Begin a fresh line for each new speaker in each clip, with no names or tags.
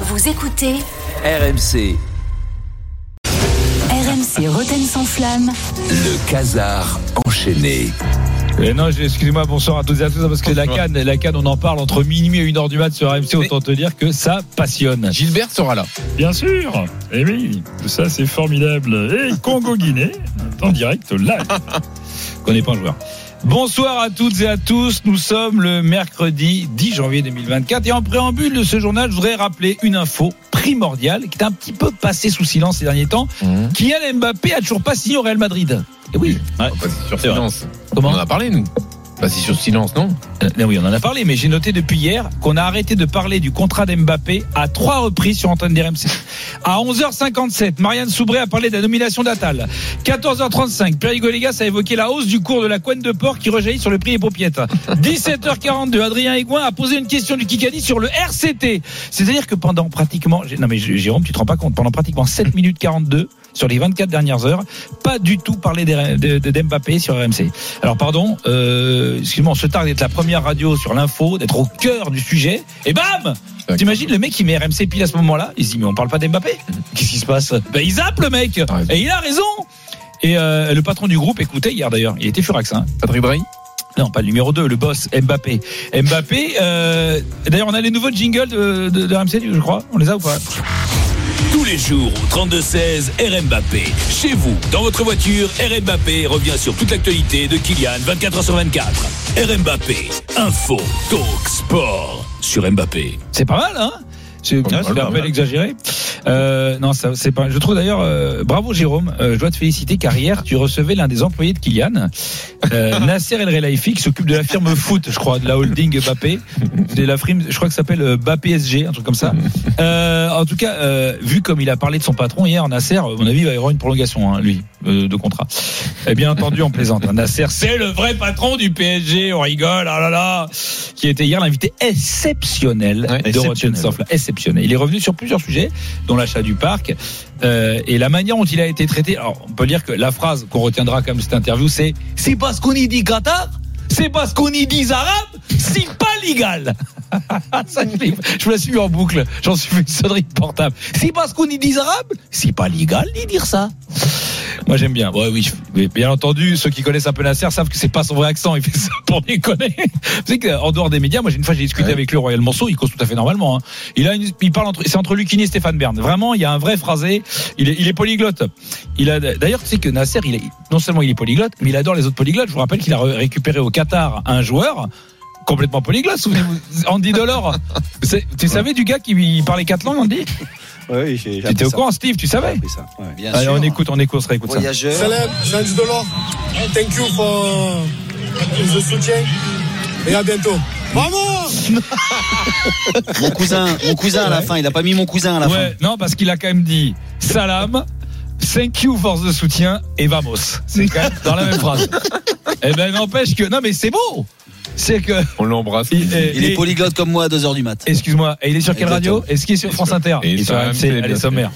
Vous écoutez
RMC,
RMC Roten sans flamme.
le casar enchaîné.
Et non, j'ai- excusez-moi, bonsoir à toutes et à tous, hein, parce que la canne, la canne, on en parle entre minuit et 1h du mat sur RMC, autant te dire que ça passionne.
Gilbert sera là.
Bien sûr Eh oui, tout ça c'est formidable. Et Congo-Guinée, en direct live.
Je connais pas un joueur. Bonsoir à toutes et à tous, nous sommes le mercredi 10 janvier 2024 et en préambule de ce journal, je voudrais rappeler une info primordiale qui est un petit peu passée sous silence ces derniers temps.
Mmh.
Kylian Mbappé a toujours pas signé au Real Madrid. Et oui,
Ah,
Ouais.
bah,
Pas si sur
C'est vrai.
silence. On
comment
en a parlé, nous. Pas si sur silence, non
Euh, ben oui, on en a parlé, mais j'ai noté depuis hier qu'on a arrêté de parler du contrat d'Mbappé à trois reprises sur Antoine d'RMC. À 11h57, Marianne Soubré a parlé de la nomination d'Atal. 14h35, Pierre Golégas a évoqué la hausse du cours de la couenne de porc qui rejaillit sur le prix des paupiètes. 17h42, Adrien Aigouin a posé une question du Kikadi sur le RCT. C'est-à-dire que pendant pratiquement, non mais Jérôme, tu te rends pas compte, pendant pratiquement 7 minutes 42, sur les 24 dernières heures, pas du tout parler des- de- de- d'Mbappé sur RMC. Alors pardon, euh, excuse-moi, on se targue d'être la première radio sur l'info, d'être au cœur du sujet, et bam
D'accord.
T'imagines le mec qui met RMC pile à ce moment-là, il se dit mais on parle pas d'Mbappé Qu'est-ce qui se passe Ben il zappe le mec
Ah, oui.
Et il a raison Et euh, le patron du groupe écoutait hier d'ailleurs, il était furax hein.
Patrick Brahi
Non, pas le numéro 2, le boss, Mbappé. Mbappé, euh, d'ailleurs on a les nouveaux jingles de, de, de RMC, je crois, on les a ou pas
Tous les jours au 32-16, RMBappé. Chez vous, dans votre voiture, RMBappé revient sur toute l'actualité de Kylian 24h sur 24. RMBappé, info, talk, sport sur Mbappé.
C'est pas mal, hein c'est
Pas mal,
c'est
pas
un peu
mal.
exagéré. Euh, non, ça, c'est pas. Je trouve d'ailleurs, euh, bravo Jérôme. euh, je dois te féliciter car hier tu recevais l'un des employés de Kylian, euh, Nasser El Relaifi, qui s'occupe de la firme foot, je crois, de la holding Bappé. C'est la firme, je crois que ça s'appelle euh, Bappé SG, un truc comme ça. Euh, en tout cas, euh, vu comme il a parlé de son patron hier, Nasser, à mon avis, il va y avoir une prolongation, hein, lui, euh, de contrat. Et bien entendu, on plaisante. hein. Nasser, c'est le vrai patron du PSG. On rigole, ah là là, qui était hier l'invité exceptionnel
Ouais,
de Rotten
exceptionnel.
Soft, là, exceptionnel. Il est revenu sur plusieurs sujets, dont l'achat du parc euh, et la manière dont il a été traité. Alors, on peut dire que la phrase qu'on retiendra comme cette interview, c'est c'est parce qu'on y dit Qatar. C'est parce qu'on y dit arabe, c'est pas légal. Ça, je l'ai- je me l'ai suivi en boucle. J'en suis fait une sonnerie de portable. C'est parce qu'on y dit arabe, c'est pas légal d'y dire ça. Moi j'aime bien. Ouais, oui, je- mais bien entendu, ceux qui connaissent un peu Nasser savent que c'est pas son vrai accent. Il fait ça pour déconner. Vous savez qu'en dehors des médias, moi j'ai une fois j'ai discuté
Ouais.
avec lui au Royal Monceau, il cause tout à fait normalement. hein. Il a, une- il parle entre, c'est entre Lucini et Stéphane Bern. Vraiment, il y a un vrai phrasé. Il est, il est polyglotte. Il a d'ailleurs, tu sais que Nasser, il est, non seulement il est polyglotte, mais il adore les autres polyglottes. Je vous rappelle qu'il a re- récupéré au Qatar un joueur complètement polyglotte. Souvenez-vous, Andy Delors. C'est- Tu savais du gars qui il parlait quatre langues, Andy
Oui, j'ai
Tu étais au courant, Steve Tu savais
ça.
Bien
Allez,
sûr.
on écoute, on écoute, on se réécoute ça.
Voyageur.
Salem, change de l'or. Thank you for the soutien. Et à bientôt. Vamos!
Mon cousin, mon cousin à la fin. Il a pas mis mon cousin à la
Ouais, non, parce qu'il a quand même dit salam, thank you for the soutien et vamos. C'est quand même dans la même phrase. Eh ben, n'empêche que. Non, mais c'est beau C'est que.
On l'embrasse.
il est-
fin. Il est
il-
polyglotte comme moi à 2h du mat.
Excuse-moi, et il est sur quelle
Exactement.
radio Est-ce qu'il est sur France Inter
Et
Il est sur
ça,
RMC,
bien
allez,
sûr.
sommaire.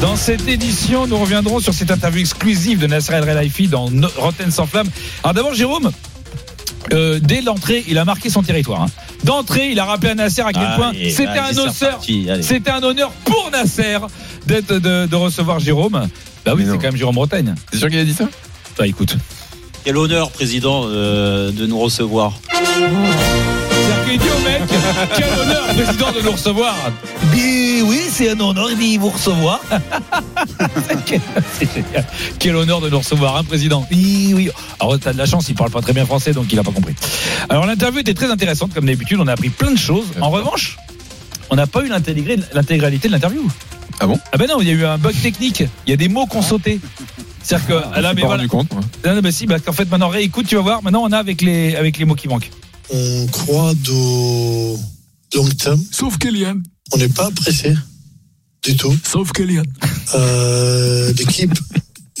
Dans cette édition, nous reviendrons sur cette interview exclusive de Nasser El Relaifi dans No- Rotten sans flamme. Alors d'abord, Jérôme, euh, dès l'entrée, il a marqué son territoire. hein. D'entrée, il a rappelé à Nasser à quel point c'était un honneur. C'était un honneur pour Nasser d'être de, de recevoir Jérôme. Bah oui,
Mais
c'est
non.
quand même Jérôme Bretagne.
T'es sûr qu'il a dit ça
Bah écoute.
Quel honneur, président, euh, de nous recevoir.
C'est-à-dire qu'il dit au mec, quel honneur, président, de nous recevoir. Mais oui, c'est un honneur de vous recevoir. c'est génial. Quel honneur de nous recevoir, hein, président. Oui, oui. Alors, t'as de la chance, il parle pas très bien français, donc il a pas compris. Alors, l'interview était très intéressante, comme d'habitude, on a appris plein de choses. En revanche, on n'a pas eu l'intégré- l'intégralité de l'interview.
Ah bon
Ah ben non, il y a eu un bug technique. Il y a des mots qu'on sautait. C'est-à-dire que ah là,
Je me
mais
suis pas
voilà.
rendu compte, moi.
Non, non, mais si, parce qu'en fait, maintenant, réécoute, tu vas voir. Maintenant, on a avec les, avec les mots qui manquent.
On croit au long term.
Sauf Kylian.
On n'est pas pressé du tout.
Sauf Kylian.
Euh, L'équipe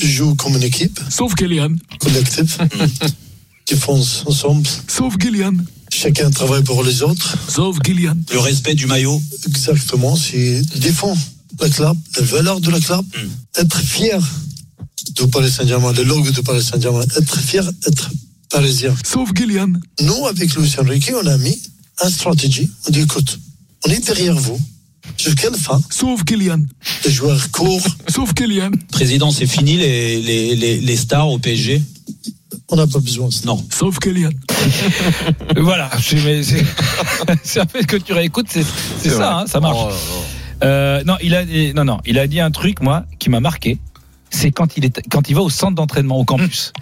joue comme une équipe
Sauf Kylian.
collective qui fonce ensemble.
Sauf Kylian.
Chacun travaille pour les autres.
Sauf Kylian.
Le respect du maillot.
Exactement, c'est défend la clap, la valeur de la clap, être fier de Paris Saint-Germain, le logo de Paris Saint-Germain, être fier, être parisien.
Sauf Kylian.
Nous, avec Lucien Riquet, on a mis un stratégie. On dit, écoute, on est derrière vous, Sur quelle fin
Sauf Kylian.
Les joueurs courent,
Sauf Kylian.
Président, c'est fini les, les, les, les stars au PSG
on n'a pas besoin de ça.
Non.
Sauf Kylian.
Voilà, c'est- mais c'est c'est un fait que tu réécoutes, c'est c'est
vrai.
ça, hein, ça marche. Euh, non, il a dit- non non, il a dit un truc moi qui m'a marqué, c'est quand il est quand il va au centre d'entraînement au campus.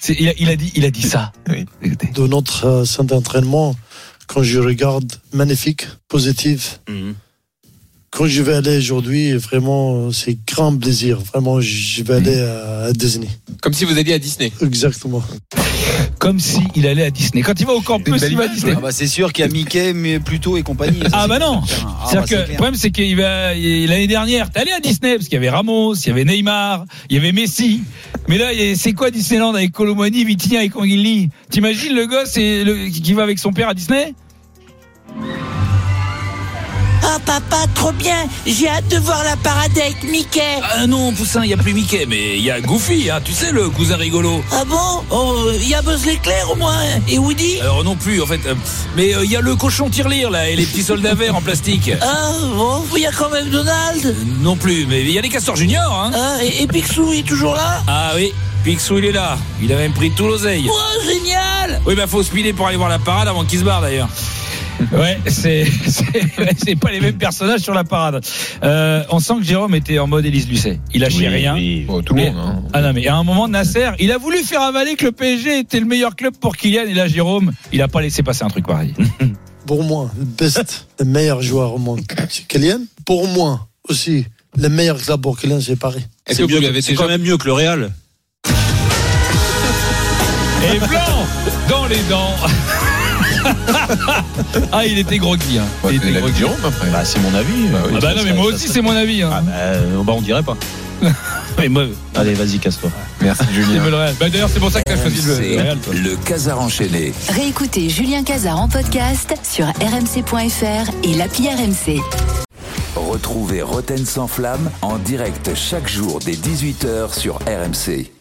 C'est- Il a, il a dit il a dit ça.
Oui.
Écoutez.
De notre euh, centre d'entraînement, quand je regarde, magnifique, positif. Quand je vais aller aujourd'hui, vraiment, euh, c'est grand plaisir. Vraiment, je vais aller à à Disney.
Comme si vous alliez à Disney.
Exactement.
Comme si il allait à Disney. Quand il va au campus,
belle
il va à
image,
Disney.
Ah bah c'est sûr qu'il y a Mickey, mais Pluto et compagnie. ça,
Ah
c'est
bah non.
clair. Ah bah,
C'est-à-dire que le
clair.
problème c'est qu'il va il- l'année dernière, t'es allé à Disney parce qu'il y avait Ramos, il y avait Neymar, il y avait Messi. Mais là, il y a- c'est quoi Disneyland avec Colomani, Vitinha et Kangili T'imagines le gosse et le- qui va avec son père à Disney
Ah papa, trop bien J'ai hâte de voir la parade avec Mickey
Ah non, Poussin, il n'y a plus Mickey, mais il y a Goofy, hein, tu sais, le cousin rigolo.
Ah bon Oh, il y a Buzz l'éclair au moins hein Et Woody
Alors non plus, en fait. euh, Mais euh, il y a le cochon tirelire, là, et les petits soldats verts en plastique. Euh,
Ah bon, il y a quand même Donald
Non plus, mais il y a les castors juniors, hein.
Ah, et, et Picsou est toujours là
Ah oui, Picsou, il est là. Il a même pris tout l'oseille.
Oh, génial
Oui, bah faut speeder pour aller voir la parade avant qu'il se barre, d'ailleurs.
Ouais, c'est c'est- ouais, c'est pas les mêmes personnages sur la parade. Euh, on sent que Jérôme était en mode Élise Lucet. Il lâchait rien.
Bon, tout le
Mais-
monde. Hein.
Ah non, mais à un moment, Nasser, il a voulu faire avaler que le PSG était le meilleur club pour Kylian. Et là, Jérôme, il a pas laissé passer un truc pareil.
Pour moi, le best, le meilleur joueur au monde, c'est Kylian. Pour moi aussi, le meilleur club pour Kylian, c'est Paris.
Est-ce
C'est
que vous
mieux
l'avez
que- c'est
déjà-
quand même mieux que le Real.
Et blanc dans les dents. ah, il était groggy. Hein.
Ouais,
Il
c'est
était
la vie
groggy.
de Jérôme, après.
Bah, c'est mon avis.
Ah bah non, mais moi aussi, c'est mon avis. Hein.
Ah bah, euh, bah, on dirait pas.
Mais moi,
Allez, vas-y, casse-toi.
Merci
c'est
Julien.
le Real. Bah, D'ailleurs, c'est pour ça que t'as choisi
Ah,
le- le Real. toi.
Le casar enchaîné.
Réécoutez Julien Cazard en podcast sur rmc.fr et l'appli RMC.
Retrouvez Roten sans flamme en direct chaque jour dès 18h sur RMC.